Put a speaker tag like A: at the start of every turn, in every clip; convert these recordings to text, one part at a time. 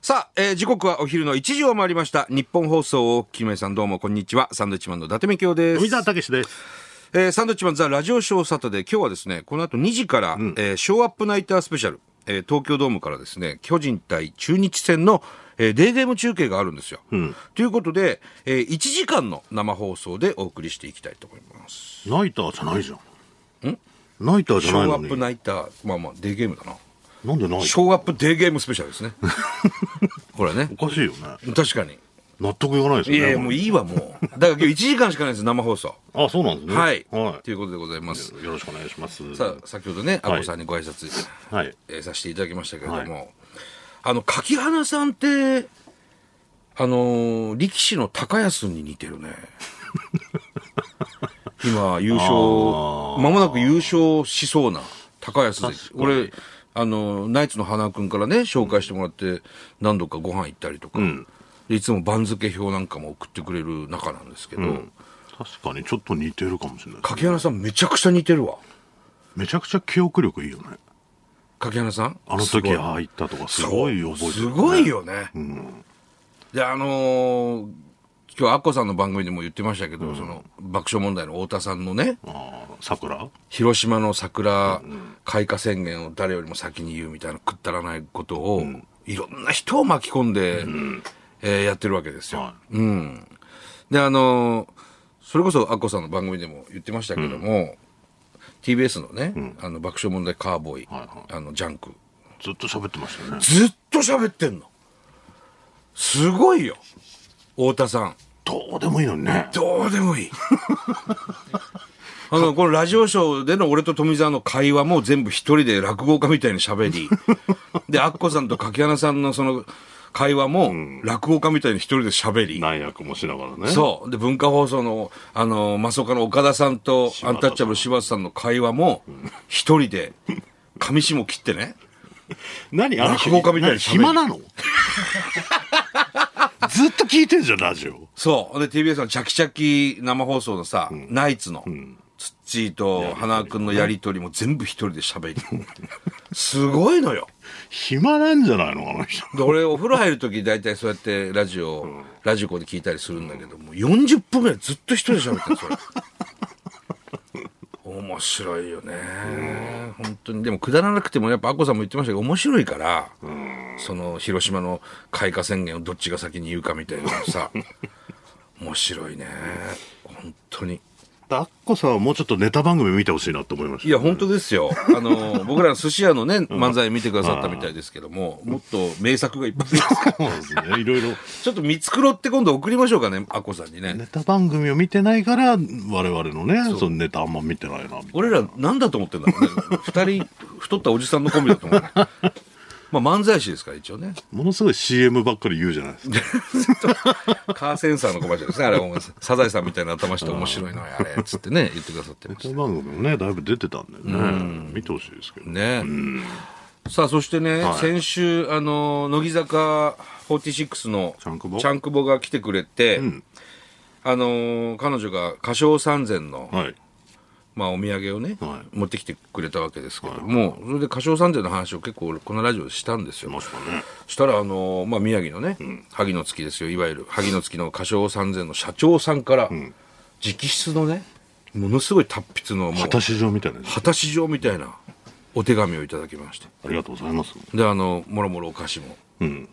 A: さあ、えー時刻はお昼の1時を回りました。日本放送をお聞きの皆さんどうもこんにちは。サンドウィッチマンの伊達美京です。
B: 富澤たけしです。
A: えーサンドウィッチマンザラジオショーサタデー今日はですねこの後2時から、えーショーアップナイタースペシャル、えー東京ドームからですね巨人対中日戦の、えーデーゲーム中継があるんですよ、ということで、え1時間の生放送でお送りしていきたいと思います
B: ナイターじゃないじゃん。ナイターじ
A: シ
B: ゃな
A: ョ
B: い
A: ーア
B: の
A: ップ
B: に。
A: ナイターまあまあデーゲームだな
B: なんでない
A: ショーアップデーゲームスペシャルですねこれね
B: おかしいよね。
A: 確かに
B: 納得いかないです
A: い
B: よ
A: や
B: ね。
A: いやもういいわもうだから今日1時間しかないんです生放送
B: これあ、そうなんですね。
A: はい、
B: は
A: ということでございます
B: い。よろしくお願いします。
A: さあ先ほどねあこさんにご挨拶、
B: はい。
A: えーさせていただきましたけれども、あの柿花さんってあのー力士の高安に似てるね 今優勝
B: あー
A: まもなく優勝しそうな高安で
B: 確かに
A: 俺あのーナイツの花君からね紹介してもらって何度かご飯行ったりとか、でいつも番付表なんかも送ってくれる仲なんですけど、
B: 確かにちょっと似てるかもしれないです。
A: 柿花さんめちゃくちゃ似てるわ
B: めちゃくちゃ記憶力いいよね。
A: 柿花さん
B: あの
A: すご
B: 時
A: い
B: ああ行ったとかすごい覚えてる、
A: すごい。よね。で、あのー今日、アッコさんの番組でも言ってましたけど、その、爆笑問題の太田さんのね、
B: ああ、桜
A: 広島の桜開花宣言を誰よりも先に言うみたいなくったらないことを、いろんな人を巻き込んで、えーやってるわけですよ。
B: は
A: うん。で、あのーそれこそアッコさんの番組でも言ってましたけども、TBS のね、あの、爆笑問題カーボーイ、
B: はいは
A: あの、ジャンク、
B: ずっと喋ってましたよね。
A: ずっと喋ってんの。すごいよ。太田さん。
B: どうでもいいのにね。
A: どうでもいい。 あの、このラジオショーでの俺と富澤の会話も全部一人で落語家みたいに喋 り、で、アッコさんと柿花さんのその会話も落語家みたいに一人で喋り、
B: 難役もしながらね。
A: そう。で、文化放送の、あの、まさかの岡田さんと、ア
B: 田さん
A: ンタッチャブル柴田さんの会話も、一人で、紙紙も切ってね。
B: 何あの
A: 落語家みたいに喋る
B: 暇 なのずっと聞いてんじゃん、ラジオ。
A: そう。で、TBS のチャキチャキ生放送のさ、ナイツの、ツッチーと花君のやりとりも全部一人で喋り。すごいのよ。
B: 暇なんじゃないのあの人。
A: で、俺、お風呂入るとき大体そうやってラジオ、ラジコで聞いたりするんだけど、もう40分ぐらいずっと一人で喋ってる、 それ。面白いよね。本当に。でも、くだらなくても、やっぱ、アッコさんも言ってましたけど、面白いから、その、広島の開花宣言をどっちが先に言うかみたいなの さ、面白いね。本当に。
B: アッコさんはもうちょっとネタ番組見てほしいなと思いました。
A: いや、本当ですよ。あの、僕らの寿司屋のね、漫才見てくださったみたいですけども、もっと名作がいっぱいありますから
B: そうですね。いろいろ。
A: ちょっと見繕って今度送りましょうかね、アッコさんにね。
B: ネタ番組を見てないから、我々のね、そのネタあんま見てないな。
A: 俺ら何だと思ってんだろうね。二人太ったおじさんのコンビだと思う。まあ漫才師ですから一応ね。
B: ものすごい CM ばっかり言うじゃないですか。
A: カーセンサーのコマーシャルですね。あれ、サザエさんみたいな頭して面白いのよ、あれ。つってね、言ってくださってまし
B: ネ
A: た
B: タ番組もね、だいぶ出てたんだよね。見てほしいですけど。
A: ね。さあ、そしてね、
B: はい
A: 先週、あの、乃木坂46の
B: チャンクボ
A: チャンクボが来てくれて、あの、彼女が歌唱三千の、
B: はい。
A: まあ、お土産をね、
B: はい
A: 持ってきてくれたわけですけども、それで歌唱三世の話を結構俺このラジオでしたんですよ。
B: ましたね。
A: したら、あのーまあ、宮城のね、萩の月ですよ、いわゆる萩の月の歌唱三世の社長さんから、直筆のね、ものすごい達筆の、もう
B: 果、たし状みたいなやつ。
A: 果たし状みたいなお手紙をいただきまして。
B: ありがとうございます。
A: で、あの、もろもろお菓子も、
B: うん。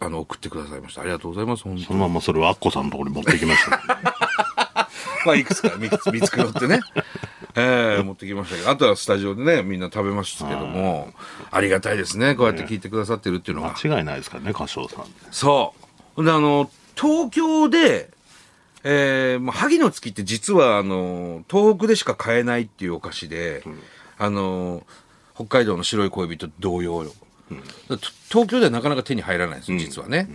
A: あの、送ってくださいました。ありがとうございます、本当に
B: そのままそれをアッコさんのところに持ってきました。
A: まあ、いくつか見つ見繕ってね、 えー持ってきましたけど、あとはスタジオでね、みんな食べましたけども、ありがたいですね、こうやって聞いてくださってるっていうのが。
B: 間違いないですからね、歌唱さんって。
A: そう。で、あの、東京で、えー、まあ、萩の月って実は、あの、東北でしか買えないっていうお菓子で、あの、北海道の白い恋人と同様よ。だと東京ではなかなか手に入らないんですよ、実はね。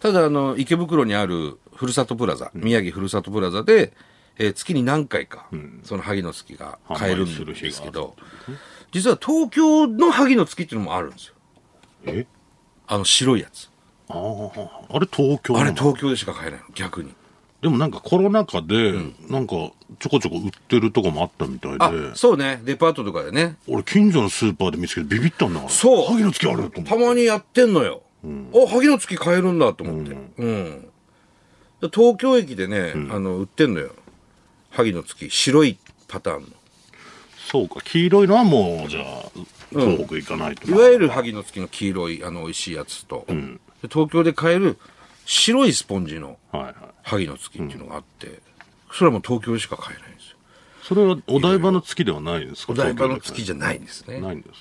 A: ただ、あの、池袋にあるふるさとプラザ、宮城ふるさとプラザで、えー月に何回か、その萩の月が買えるんですけど、実は東京の萩の月っていうのもあるんですよ。
B: え
A: あの白いやつ。
B: ああ、あれ東京な
A: あ
B: の
A: れ東京でしか買えないの、逆に。
B: でもなんかコロナ禍で、なんかちょこちょこ売ってるとこもあったみたい
A: あ
B: で、
A: そうね、デパートとかでね。
B: 俺近所のスーパーで見つけてビビったんだから。
A: そう
B: 萩の月あると思って
A: たまにやってんのよ。あ、萩の月買えるんだと思って。うん。で東京駅でね、あの、売ってんのよ。萩の月、白いパターンの。
B: そうか、黄色いのはもう、じゃあ、東北行かないと
A: い
B: な。
A: わゆる萩の月の黄色い、あの、美味しいやつと、で東京で買える白いスポンジの
B: はいはい。
A: 萩の月っていうのがあって、それはもう東京でしか買えないんですよ。
B: それはお台場の月ではないんですか
A: お台場の
B: 東京
A: 月じゃないんですね。
B: ではないんです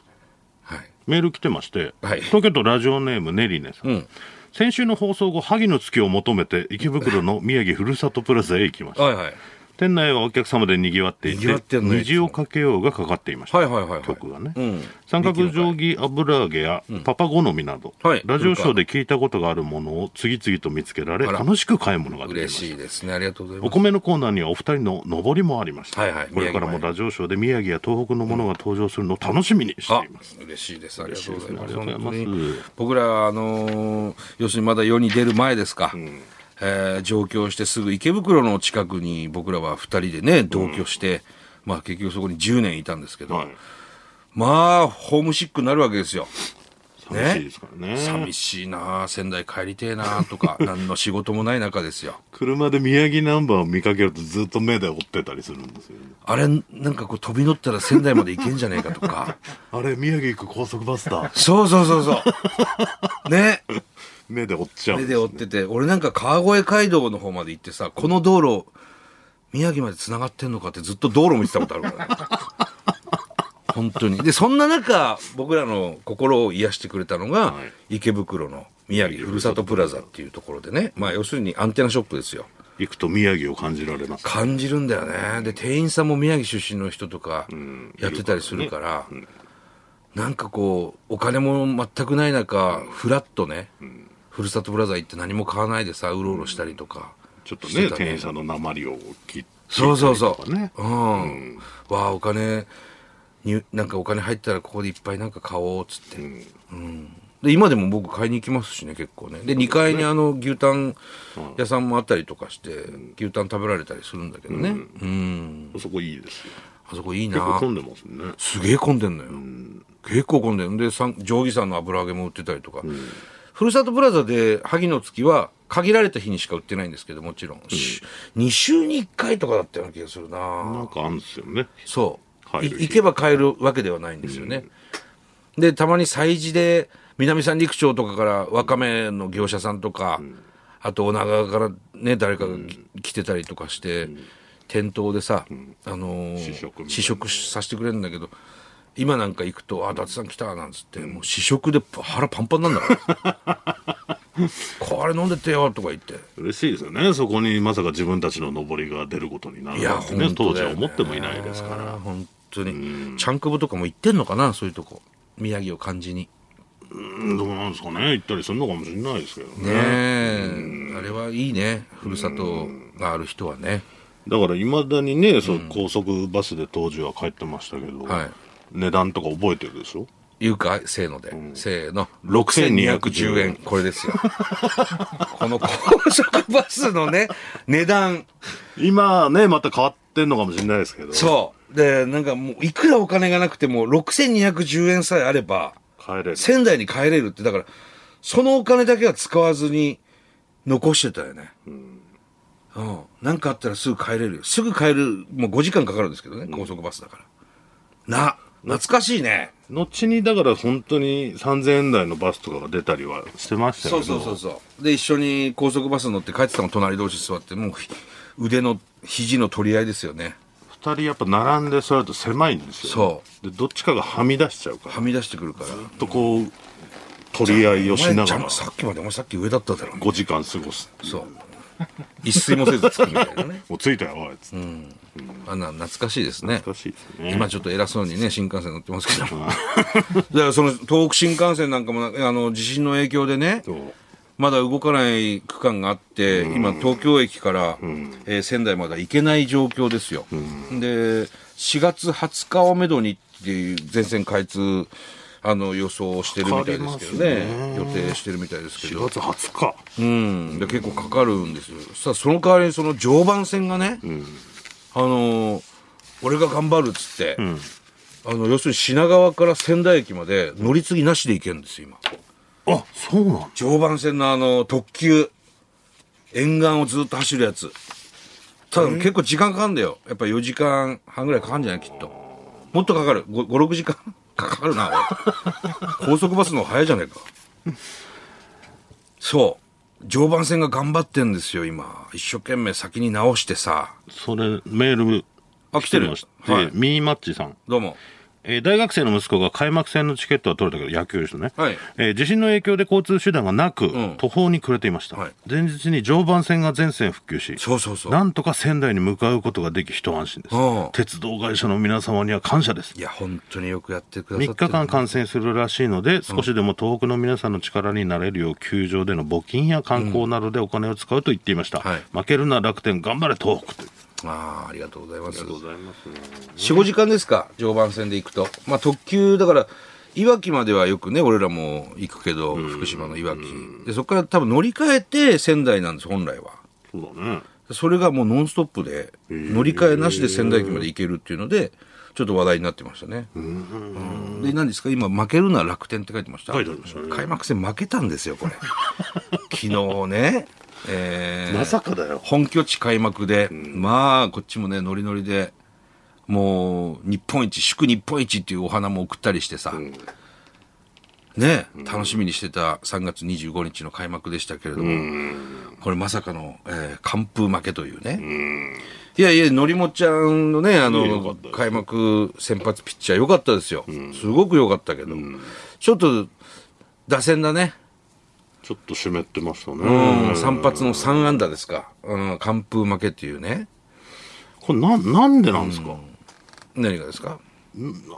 A: は
B: か
A: い。
B: メール来てまして、
A: はい
B: 東京都ラジオネームねりねさん、
A: うん
B: 先週の放送後萩の月を求めて池袋の宮城ふるさとプラザへ行きました
A: はいはい。
B: 店内はお客様でにぎわっていて
A: 賑わってんのよ
B: 虹をかけようがかかっていました、
A: はいはいはいはい。
B: 曲がね、
A: うん
B: 三角定規油揚げやパパ好みなど、
A: はい
B: ラジオショーで聞いたことがあるものを次々と見つけられ
A: あら
B: 楽しく買い物ができま
A: 嬉
B: した
A: しいですね。ありがとうござい
B: お
A: ます。
B: 米のコーナーにはお二人の上りもありました、
A: はいはい
B: これから
A: 宮城も
B: も
A: ね
B: ラジオショーで宮城や東北のものが登場するのを楽しみにして
A: あ
B: います、
A: 嬉しいです。ありがとうござい
B: あ
A: ます。
B: りがとうございます
A: 本当に僕らは、あのー要するにまだ世に出る前ですか。えー上京してすぐ池袋の近くに僕らは二人でね、同居して、まあ結局そこに10年いたんですけど、
B: はい
A: まあ、ホームシックになるわけですよ。
B: 寂しいですからね
A: 寂しいなあ仙台帰りてえなあと か、何の仕事もない中ですよ。
B: 車で宮城ナンバーを見かけるとずっと目で追ってたりするんですよね
A: あれ、なんかこう飛び乗ったら仙台まで行けんじゃねえかと か。
B: あれ宮城行く高速バスだ
A: そうそうそうそう。ね。
B: 目で追っちゃうん
A: 目
B: す
A: で追ってて、俺なんか川越街道の方まで行ってさ、この道路、宮城まで繋がってんのかってずっと道路見てたことあるから ね。本当に。で、そんな中、僕らの心を癒してくれたのが、
B: は
A: 池袋の宮城ふるさとプラザっていうところでね、まあ要するにアンテナショップですよ。
B: 行くと宮城を感じられます
A: 感じるんだよね。で、店員さんも宮城出身の人とか
B: ん
A: やってたりするから、なんかこう、お金も全くない中、ふらっとね、ふるさとプラザ行って何も買わないでさ、うろうろしたりとか。
B: ちょっと
A: して
B: ね
A: た
B: 店員さんの鉛を切って
A: そうそうそ
B: と
A: う。
B: かね
A: うん。わあ、お金に、なんかお金入ったらここでいっぱいなんか買おう、つって。うん。で、今でも僕買いに行きますしね、結構ね。で、2階にあの、牛タン屋さんもあったりとかして、牛タン食べられたりするんだけどね。うん
B: そこいいですよ
A: あそこいい
B: 結構
A: な
B: 混んでますね
A: すげえ混んでんのよ。結構混んでんで、さん定規さんの油揚げも売ってたりとか。ふるさとプラザで、萩の月は、限られた日にしか売ってないんですけど、もちろん。2週に1回とかだったような気がするな
B: なんかあるんですよね
A: そう。
B: 帰
A: い
B: る日
A: 行けば買えるわけではないんですよね。で、たまに催事で、南三陸町とかからわかめの業者さんとか、あと女川からね、誰かがき来てたりとかして、店頭でさ、あのー
B: 試食みたいな
A: 試食させてくれるんだけど、今なんか行くと、あ、伊達さん来たなんつって、もう試食で腹パンパンなんだから。 これ飲んでってよとか言って。
B: 嬉しいですよねそこにまさか自分たちの上りが出ることになる
A: いや、
B: なんてね
A: 本当
B: 当
A: だ
B: 時
A: よ
B: は
A: ね
B: 思ってもいないですから
A: 本当に。チャンクボとかも行ってんのかな、そういうとこ。宮城を感じに。
B: うんどうなんですかね行ったりするのかもしれないですけど
A: ねえ。あれはいいね。ふるさとがある人はね。
B: だからいまだにね、そう高速バスで当時は帰ってましたけど、
A: はい
B: 値段とか覚えてるでしょ
A: 言うかせーので。せーの。6210円。これですよ。 この高速バスのね、値段。
B: 今ねまた変わってんのかもしれないですけど
A: そう。で、なんかもう、いくらお金がなくても、6210円さえあれば、
B: 帰れる
A: 仙台に帰れるって、だから、そのお金だけは使わずに残してたよね。うん。なんかあったらすぐ帰れるよ。すぐ帰る、もう5時間かかるんですけどね、高速バスだから。な、懐かしいね。
B: 後にだから本当に3000円台のバスとかが出たりはしてましたけ
A: そ
B: ど
A: うそうそうそう。で、一緒に高速バス乗って帰ってたの隣同士座って、もうひ腕の、肘の取り合いですよね。
B: 2人やっぱ並んで座ると狭いんです
A: そ
B: よでどっちかがはみ出しちゃうから
A: はみ出してくるから。
B: ずっとこう取り合いをしな
A: お前ち
B: が
A: ゃ
B: ら
A: んさっきまでお前さっき上だっただろ。
B: 5時間過ごす
A: そう。一睡もせず着くみたいなね。
B: もう着いたよおいっつって、
A: あんな懐かしいですね。
B: 難しいですね
A: 今ちょっと偉そうにね、新幹線乗ってますけども。だ からその東北新幹線なんかもな、あの、地震の影響でね、
B: そう
A: まだ動かない区間があって、今東京駅から、えー仙台まだ行けない状況ですよ。で、4月20日をめどにっていう全線開通、あの、予想をしてるみたいですけどね。予定してるみたいですけど。
B: 4月20日
A: うん、で結構かかるんですよ。さあ、その代わりにその常磐線がね、あのー俺が頑張るっつって、あの、要するに品川から仙台駅まで乗り継ぎなしで行けるんですよ、今。
B: あ、そうなん
A: 常磐線のあの、特急、沿岸をずっと走るやつ。ただ結構時間かかるんだよ。やっぱ4時間半ぐらいかかるんじゃないきっと。もっとかかる。5、5 6時間 かかるな、おい高速バスの方が早いじゃないか。そう。常磐線が頑張ってんですよ、今。一生懸命先に直してさ。
B: それ、メール、
A: あ来てる
B: まして、
A: はい
B: ミーマッチさん。
A: どうも。
B: えー大学生の息子が開幕戦のチケットは取れたけど、野球ですね。
A: はい
B: えー地震の影響で交通手段がなく、
A: ん
B: 途方に暮れていました。
A: はい
B: 前日に常磐線が全線復旧し、
A: そうそうそう。
B: なんとか仙台に向かうことができ一安心です
A: ああ。
B: 鉄道会社の皆様には感謝です
A: い。や、本当によくやってくださ
B: 3
A: って
B: 日
A: る
B: 間観戦するらしいので、少しでも東北の皆さんの力になれるよう、球場での募金や観光などでお金を使うと言っていました。
A: はい
B: 負けるな楽天、頑張れ東北という。
A: ああ、ありがとうございます。
B: ございますね。
A: 四五時間ですか常磐線で行くとまあ特急だからいわきまではよくね俺らも行くけど福島のいわきでそこから多分乗り換えて仙台なんです本来は
B: そうだね。
A: それがもうノンストップで乗り換えなしで仙台駅まで行けるっていうのでちょっと話題になってましたねうんで何ですか今負けるな楽天って書いてました
B: 書いてありましたね
A: 開幕戦負けたんですよ これ昨日ねえー
B: まさかだよ。
A: 本拠地開幕で、まあ、こっちもね、ノリノリで、もう、日本一、祝日本一っていうお花も送ったりしてさ、ね、楽しみにしてた3月25日の開幕でしたけれども、これまさかの、えー完封負けというね。いやいや、のりもちゃんのね、あの、開幕先発ピッチャー良かったですよ。すごく良かったけど、ちょっと、打線だね。
B: ちょっと湿ってましたね。
A: うん、散発の3安打ですか。うん、完封負けっていうね。
B: これな、なんでなんですか、
A: 何がですか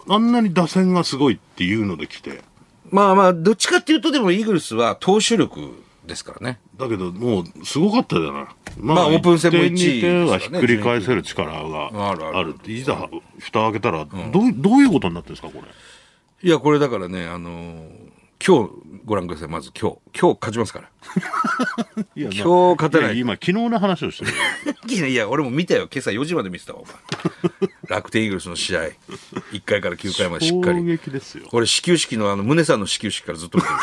B: あんなに打線がすごいっていうので来て。
A: まあまあ、どっちかっていうと、でもイーグルスは投手力ですからね。
B: だけど、もう、すごかったじゃない。ま
A: まあオープン戦も1位
B: 1点は
A: で
B: ひ
A: す
B: っ
A: からね
B: くり返せる力が
A: あるある
B: ある。いざ、蓋開けたら、どう、どういうことになってるんですか、これ。
A: いや、これだからね、あのー今日ご覧ください、まず今日。今日勝ちますから。
B: いや、
A: 今日勝てない
B: や今、昨日の話をして る。
A: いやいや、俺も見たよ。今朝4時まで見てたわ、お前。 楽天イーグルスの試合。1回から9回までしっか
B: 攻
A: り。
B: 撃ですよ。
A: 俺、始球式の、あの、宗さんの始球式からずっと見てる。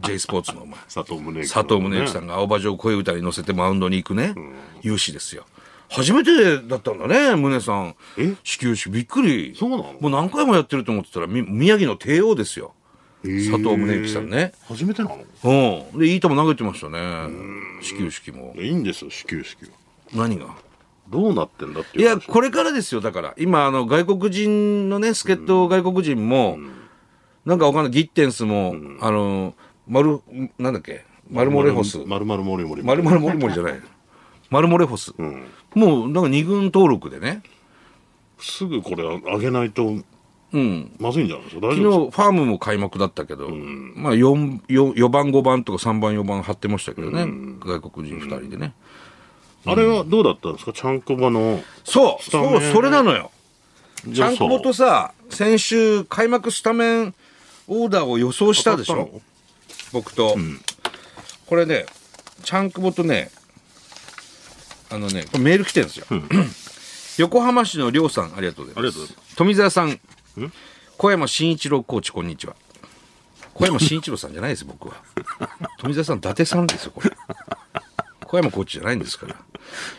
A: J スポーツのお前。
B: 佐藤宗之さん
A: 佐藤宗之さんが青葉城恋歌に乗せてマウンドに行くね、勇士ですよ。初めてだったんだね、宗さん
B: え。
A: 始球式、びっくり。
B: そうなの
A: もう何回もやってると思ってたら、み宮城の帝王ですよ。佐藤宗之さんね。
B: 初めてなの
A: うん。で、いい球投げてましたね。始球式も。
B: いいんですよ、始球式は。
A: 何が
B: どうなってんだって
A: い
B: いう
A: や、
B: 話。
A: これからですよ、だから。今、あの、外国人のね、助っ人外国人も、なんかわかんない、ギッテンスも、あの、マル、なんだっけ、マルモレホス。
B: 丸々モリモリ。
A: マルマルモリモリじゃない。マルモレホス。
B: うん。
A: もう、なんか二軍登録でね。
B: すぐこれ上げないと、
A: うん。
B: まずいんじゃないですか。大
A: 昨日、
B: 丈
A: フ
B: 夫で
A: ァームも開幕だったけど、まあ4、4、4番、5番とか3番、4番張ってましたけどね。外国人2人でね。
B: すかあれはどうだったんですかちゃんこ場の。
A: そう
B: スタメ
A: そ
B: ン
A: う、それなのよ。ち
B: じ
A: ゃ
B: あ
A: んこぼとさ、先週、開幕スタメンオーダーを予想したでし
B: 当たった
A: ょ僕と。これね、ちゃんこぼとね、あのね、これメール来てるんですよ。 横浜市のりょうさん、ありがとうござい
B: あり
A: ま
B: がとうござ
A: す。富澤さん、小山慎一郎コーチ、こんにちは。小山慎一郎さんじゃないです、僕 は。富澤さん、伊達さんですよ、これ。小山コーチじゃないんですから。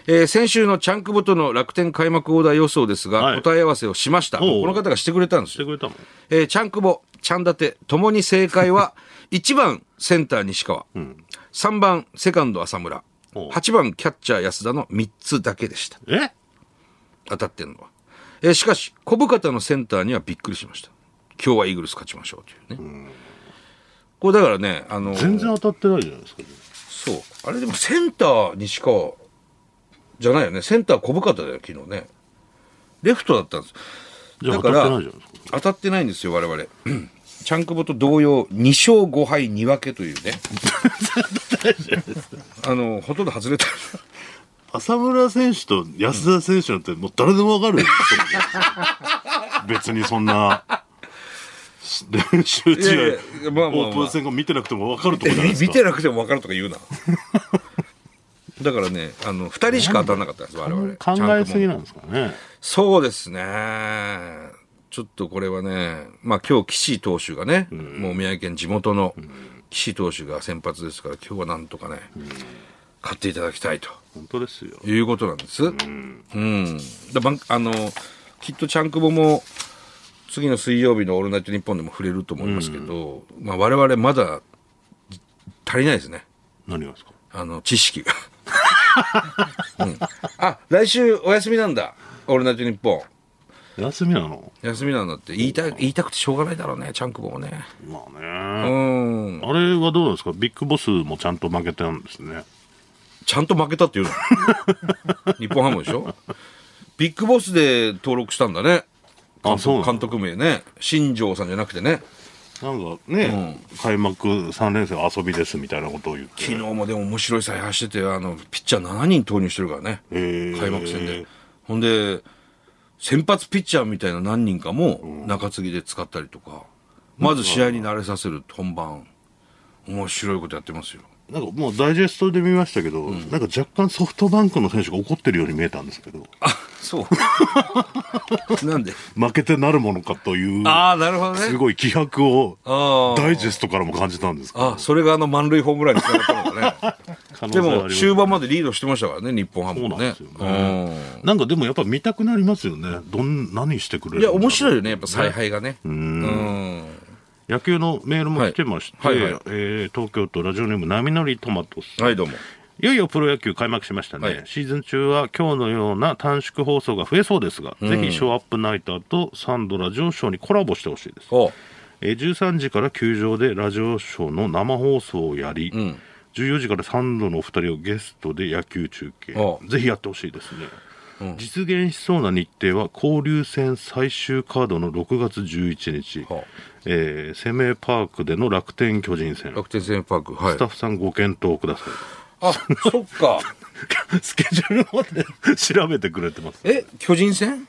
A: えー先週のチャンクボとの楽天開幕オーダー予想ですが、
B: はい
A: 答え合わせをしました。
B: おう
A: この方がしてくれたんです
B: して
A: よ。
B: くれたの
A: えー、チャンクボ、チャンダテ、ともに正解は、1番 センター西川、3番セカンド浅村、
B: おう
A: 8番キャッチャー安田の3つだけでした。
B: え
A: 当たってるのは。えーしかし、小深田のセンターにはびっくりしました。今日はイーグルス勝ちましょうというね。これだからね、あのー
B: 全然当たってないじゃないですか。
A: そう。あれでもセンター西川じゃないよね。センター小深田だよ、昨日ね。レフトだったんです。
B: じゃあ
A: だか
B: 当
A: ら
B: たってないじゃないですか。
A: 当たってないんですよ、我々。チャンクボと同様、2勝5敗2分けというね。 あの、ほとんど外れた。
B: 浅村選手と安田選手なんてもう誰でもわかる 別にそんな練習
A: いやい
B: 中
A: や
B: オ
A: まあまあまあ
B: ープン戦が見てなくてもわかるとこじゃないです
A: 見
B: か
A: てなくても分かるとか言うな。だからね、あの、2人しか当たらなかったんです、我々。
B: 考えすぎ
A: チャンクボ
B: なんですかね
A: そうですね。ちょっとこれはね、まあ今日岸投手がね、もう宮城県地元の岸投手が先発ですから、今日はなんとかね、勝っていただきたいと
B: 本当ですよ。
A: いうことなんです。うん。だばんあの、きっとちゃんくぼも、次の水曜日のオールナイトニッポンでも触れると思いますけど、まあ我々まだ足りないですね。
B: 何がですか
A: あの、知識が。うん、あ、来週お休みなんだ。オールナイトニッポン。
B: 休みなの
A: 休みなんだって言いたい言いたくてしょうがないだろうね、チャンクボもね。
B: まあ
A: う
B: ね。
A: ん。
B: あれはどうなんですかビッグボスもちゃんと負けたんですね。
A: ちゃんと負けたって言うの。日本ハムでしょビッグボスで登録したんだね。
B: あそうなんだ
A: 監督名ね。新庄さんじゃなくてね。
B: なんかね、開幕3連戦遊びですみたいなことを言って。
A: 昨日もでも面白い采配してて、あの、ピッチャー7人投入してるからね。
B: へー
A: 開幕戦で。ほんで、先発ピッチャーみたいな何人かも中継ぎで使ったりとか。まず試合に慣れさせる本番。面白いことやってますよ。
B: なんかもうダイジェストで見ましたけど、なんか若干ソフトバンクの選手が怒ってるように見えたんですけど、
A: あ、そう。 なんで
B: 負けてなるものかという、
A: ああ、なるほどね。
B: すごい気迫を
A: あ
B: ダイジェストからも感じたんですけど
A: あ。あ、それがあの満塁ホームランにつなが ったのかね。
B: 可能
A: で
B: 性はあり
A: も
B: ます
A: 終盤までリードしてましたからね、日本ハムもね。
B: そうなんですよねなんかでもやっぱ見たくなりますよね。どん、何してく
A: う
B: れ
A: ん
B: る
A: いや、面白い
B: い。
A: よね、やっぱ采配がね。うん。
B: 野球のメールも来てまして、
A: はいはいはい
B: えー東京都ラジオネーム波乗りトマトさん。
A: はい、どうも。
B: いよいよプロ野球開幕しましたね、
A: はい
B: シーズン中は今日のような短縮放送が増えそうですが、ぜひショーアップナイターとサンドラジオショーにコラボしてほしいです、
A: おう
B: えー13時から球場でラジオショーの生放送をやり、14時からサンドのお二人をゲストで野球中継
A: ああ
B: ぜひやってほしいですね、実現しそうな日程は交流戦最終カードの6月11日、
A: はあ
B: えー、生命パークでの楽天巨人戦
A: 楽天戦パーク。はい
B: スタ。ッフさんご検討ください
A: あ、そっか。
B: スケジュールまで調べてくれてます。
A: え、巨人戦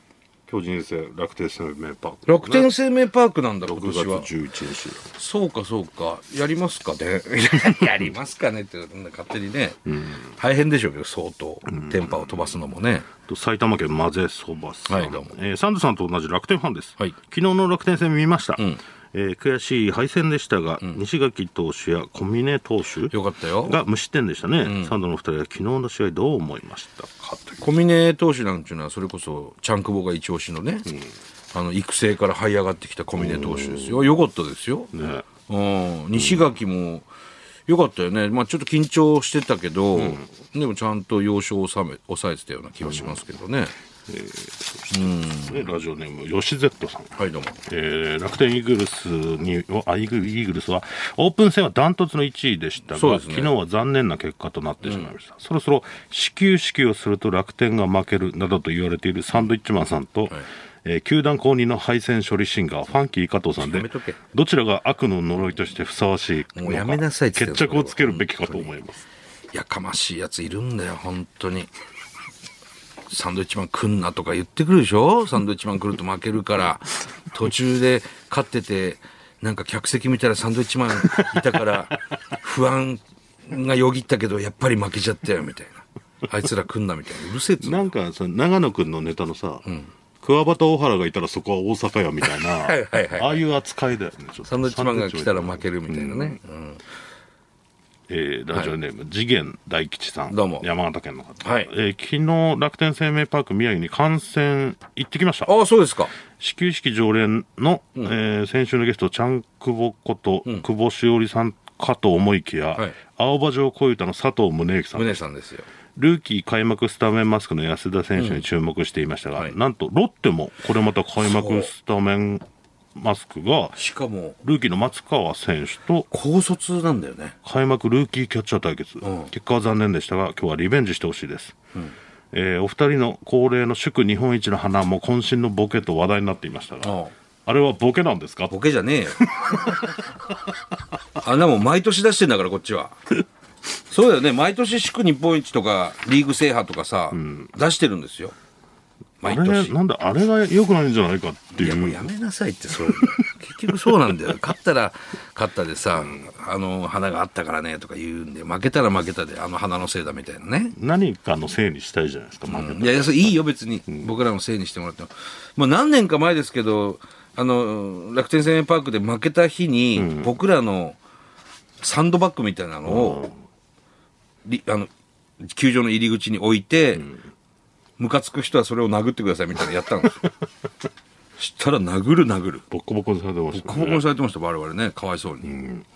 B: 巨人戦、楽天生命パーク。
A: 楽天生命パークなんだ、今
B: 6
A: 年は
B: 月。11日。
A: そうか、そうか。やりますか ね。やりますかねって、勝手にね。大変でしょうけど、相当。電波を飛ばすのもね。
B: と埼玉県混ぜそばさん、
A: はいどうも
B: えーサンドさんと同じ楽天ファンです、
A: はい
B: 昨日の楽天戦見ました、えー悔しい敗戦でしたが、西垣投手や小峰投手
A: よかったよ。
B: が無失点でしたね、サンドのお二人は昨日の試合どう思いましたかという
A: 小峰投手なんていうのはそれこそチャンクボが一押しのね、あの育成から這い上がってきた小峰投手ですよよかったですよ、
B: ね
A: うん、西垣もよかったよね、まあ、ちょっと緊張してたけど、でもちゃんと要所を収め抑えてたような気がしますけどね、
B: ねラジオネーム吉 Z さん
A: はいどうも
B: えー楽天イーグルスにおあイーグルイーグルスはオープン戦はダントツの1位でした
A: そう
B: が、
A: ですね
B: 昨日は残念な結果となってしまいました、そろそろ始球式をすると楽天が負けるなどと言われているサンドイッチマンさんと、えー球団公認の敗戦処理シンガーファンキー加藤さんで
A: やめとけ
B: どちらが悪の呪いとしてふさわしいのか
A: もうやめなさいって言
B: 決
A: ってたよ
B: 着をつけるべきかと思います
A: やかましいやついるんだよ本当にサンドイッチマン来んなとか言ってくるでしょサンドイッチマン来ると負けるから途中で勝っててなんか客席見たらサンドイッチマンいたから不安がよぎったけどやっぱり負けちゃったよみたいなあいつら来んなみたいなうるせえっつうの
B: なんかその長野君のネタのさ、桑畑大原がいたらそこは大阪やみたいな
A: い はいはい
B: ああいう扱いだよねちょっと
A: サンドイッチマンが来たら負けるみたいなね、うん
B: えーラジオネーム、次元大吉さん。
A: どうも
B: 山形県の方。
A: はい
B: えー昨日、楽天生命パーク宮城に観戦行ってきました。
A: ああそうですか
B: 始球式常連の、えー先週のゲスト、ちゃんくぼこと、久保しおりさんかと思いきや、
A: はい
B: 青葉城小唄の佐藤宗之さん、
A: 宗さんですよ
B: ルーキー開幕スタメンマスクの安田選手に注目していましたが、
A: はい
B: なんとロッテもこれまた開幕スタメンマスクが、
A: しかも
B: ルーキーの松川選手と
A: 高卒なんだよね
B: 開幕ルーキーキャッチャー対決、
A: ん
B: 結果は残念でしたが今日はリベンジしてほしいです、えーお二人の恒例の祝日本一の花も渾身のボケと話題になっていましたが、
A: うん
B: あれはボケなんですか
A: ボケじゃねえよ。 あんなもん毎年出してんだから、こっちは。そうだよね。毎年祝日本一とか、リーグ制覇とかさ、出してるんですよ。毎
B: あれ
A: 年。
B: なんだあれが良くないんじゃないかって
A: い
B: い
A: や、
B: う
A: もうやめなさいって、そう。結局そうなんだよ。勝ったら、勝ったでさ、あの、花があったからね、とか言うんで、負けたら負けたで、あの花のせいだみたいなね。
B: 何かのせいにしたいじゃないですか負けた
A: いやいや、それいいよ、別に。僕らのせいにしてもらっても。もう何年か前ですけど、あの、楽天生命パークで負けた日に、僕らのサンドバッグみたいなのを、りあの、球場の入り口に置いて、ムカつく人はそれを殴ってくださいみたいなのやったん ですよ。したら殴る殴る。
B: ボッコボコにされてま
A: ボ
B: した
A: コボコに
B: ね、
A: されてました、我々ね。かわいそうに。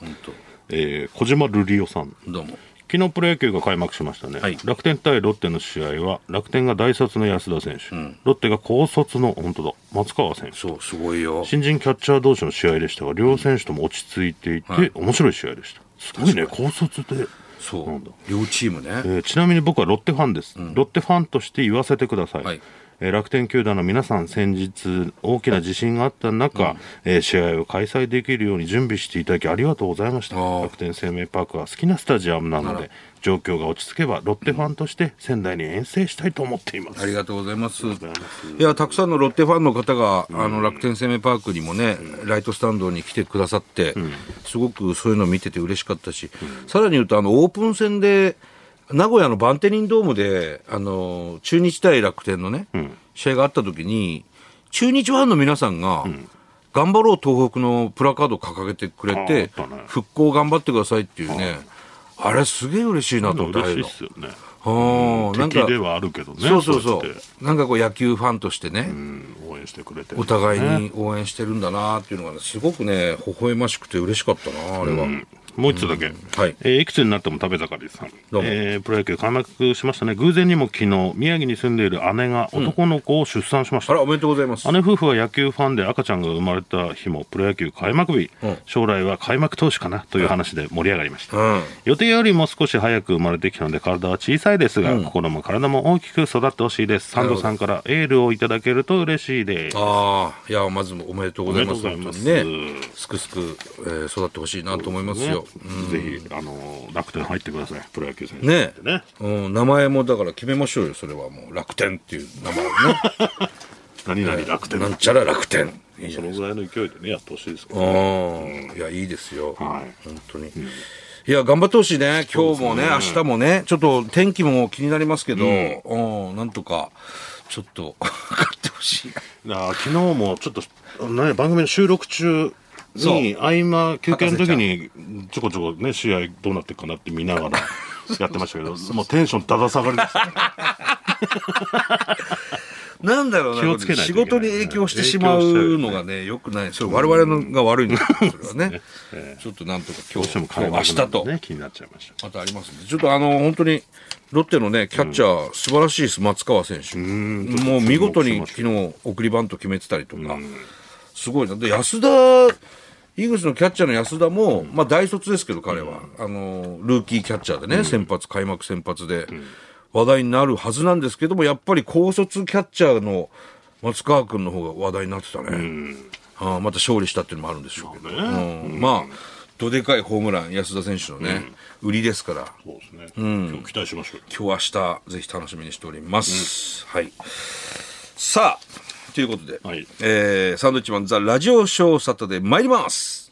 A: 本当
B: えー小島瑠璃オさん
A: どうも。
B: 昨日プロ野球が開幕しましたね、
A: はい
B: 楽天対ロッテの試合は楽天が大卒の安田選手、ロッテが高卒の本当だ松川選手
A: そう、すごいよ。
B: 新人キャッチャー同士の試合でしたが両選手とも落ち着いていて、
A: はい
B: 面白い試合でしたすごいね高卒で、
A: そ
B: なんだ
A: う。両チームね。
B: えーちなみに僕はロッテファンです、ロッテファンとして言わせてください、
A: はい
B: えー楽天球団の皆さん先日大きな地震があった中、えー試合を開催できるように準備していただきありがとうございました
A: あー
B: 楽天生命パークは好きなスタジアムなので状況が落ち着けばロッテファンとして仙台に遠征したいと思っています、
A: ありがとうございます。い
B: がとうござい
A: や、たくさんのロッテファンの方が、あの、楽天生命パークにもね、ライトスタンドに来てくださって、すごくそういうの見てて嬉しかったし、さらに言うと、あの、オープン戦で、名古屋のバンテリンドームで、あの、中日対楽天のね、試合があった時に、中日ファンの皆さんが、頑張ろう東北のプラカードを掲げてくれて
B: ああったね、
A: 復興頑張ってくださいっていうね、あれすげえ嬉しいなと思って、ああ
B: 嬉
A: い
B: し
A: う
B: いっ
A: の
B: すよね
A: ああなんか
B: 敵ではあるけどね
A: そうそうそ
B: やって
A: う。なんかこう野球ファンとしてね、
B: うん応援してくれてる
A: お互いに応援してるんだなっていうのがね、すごくね、微笑ましくて嬉しかったな、あれは。
B: もう一つだけ、
A: はい
B: えーいくつになっても食べ盛りさん
A: どうも
B: えープロ野球開幕しましたね偶然にも昨日宮城に住んでいる姉が男の子を出産しました、
A: あら、おめでとうございます。
B: 姉夫婦は野球ファンで赤ちゃんが生まれた日もプロ野球開幕日、
A: うん
B: 将来は開幕投手かなという話で盛り上がりました、
A: うん。
B: 予定よりも少し早く生まれてきたので体は小さいですが、心も体も大きく育ってほしいですサンドさんからエールをいただけると嬉しいです
A: ああ、いや、まずおめでとうございます。
B: おめでとう
A: 本
B: ご
A: 当
B: ざい
A: に
B: ます
A: ね、すくすく、えー育ってほしいなと思いますよ。
B: ぜひあの楽天入ってくださいプロ野球選手
A: ね
B: ってね
A: うん、名前もだから決めましょうよ、それはもう。楽天っていう名前を
B: 何々楽天
A: ね。なんちゃら楽天。いいじゃ
B: そ
A: ん。
B: のぐらいの勢いでねやってほしいですけど、
A: うん。いや、いいですよ。
B: はい
A: 本当に。いや、頑張ってほしいね。今日もね、明日もね、ちょっと天気も気になりますけど、うん、なんとか、ちょっと、 勝ってほしい。
B: あー昨日もちょっとあのね番組の収録中に合間休憩の時にちょこちょこね試合どうなってるかなって見な がらやってましたけどもうテンションだだ下がりでしたね
A: なんだろうな、
B: 気をつけないとい
A: 仕
B: けない
A: 事に影響してしまうのがね、良くない。それ我々のが悪いんですよ、それはね。ちょっとなんとか今
B: どうし
A: 日、
B: ても
A: 今
B: 開
A: 日
B: 幕
A: 明日と。
B: なんでね気になっちゃいました
A: またありますんでちょっとあの、本当に、ロッテのね、キャッチャー、素晴らしいです、松川選手。もう見事に昨日、送りバント決めてたりとか、すごいな。で、安田、イーグルスのキャッチャーの安田も、まあ大卒ですけど、彼は、あの、ルーキーキャッチャーでね、先発、開幕先発で、話題になるはずなんですけども、やっぱり高卒キャッチャーの松川君の方が話題になってたね。ああまた勝利したっていうのもあるんでしょうけど。うんまあ、どでかいホームラン、安田選手のね、売りですから、
B: そうですね、今日期待しましょう
A: 今日明日ぜひ楽しみにしております、はいさあということで、
B: はい
A: えーサンドウィッチマンザラジオショーサタで参ります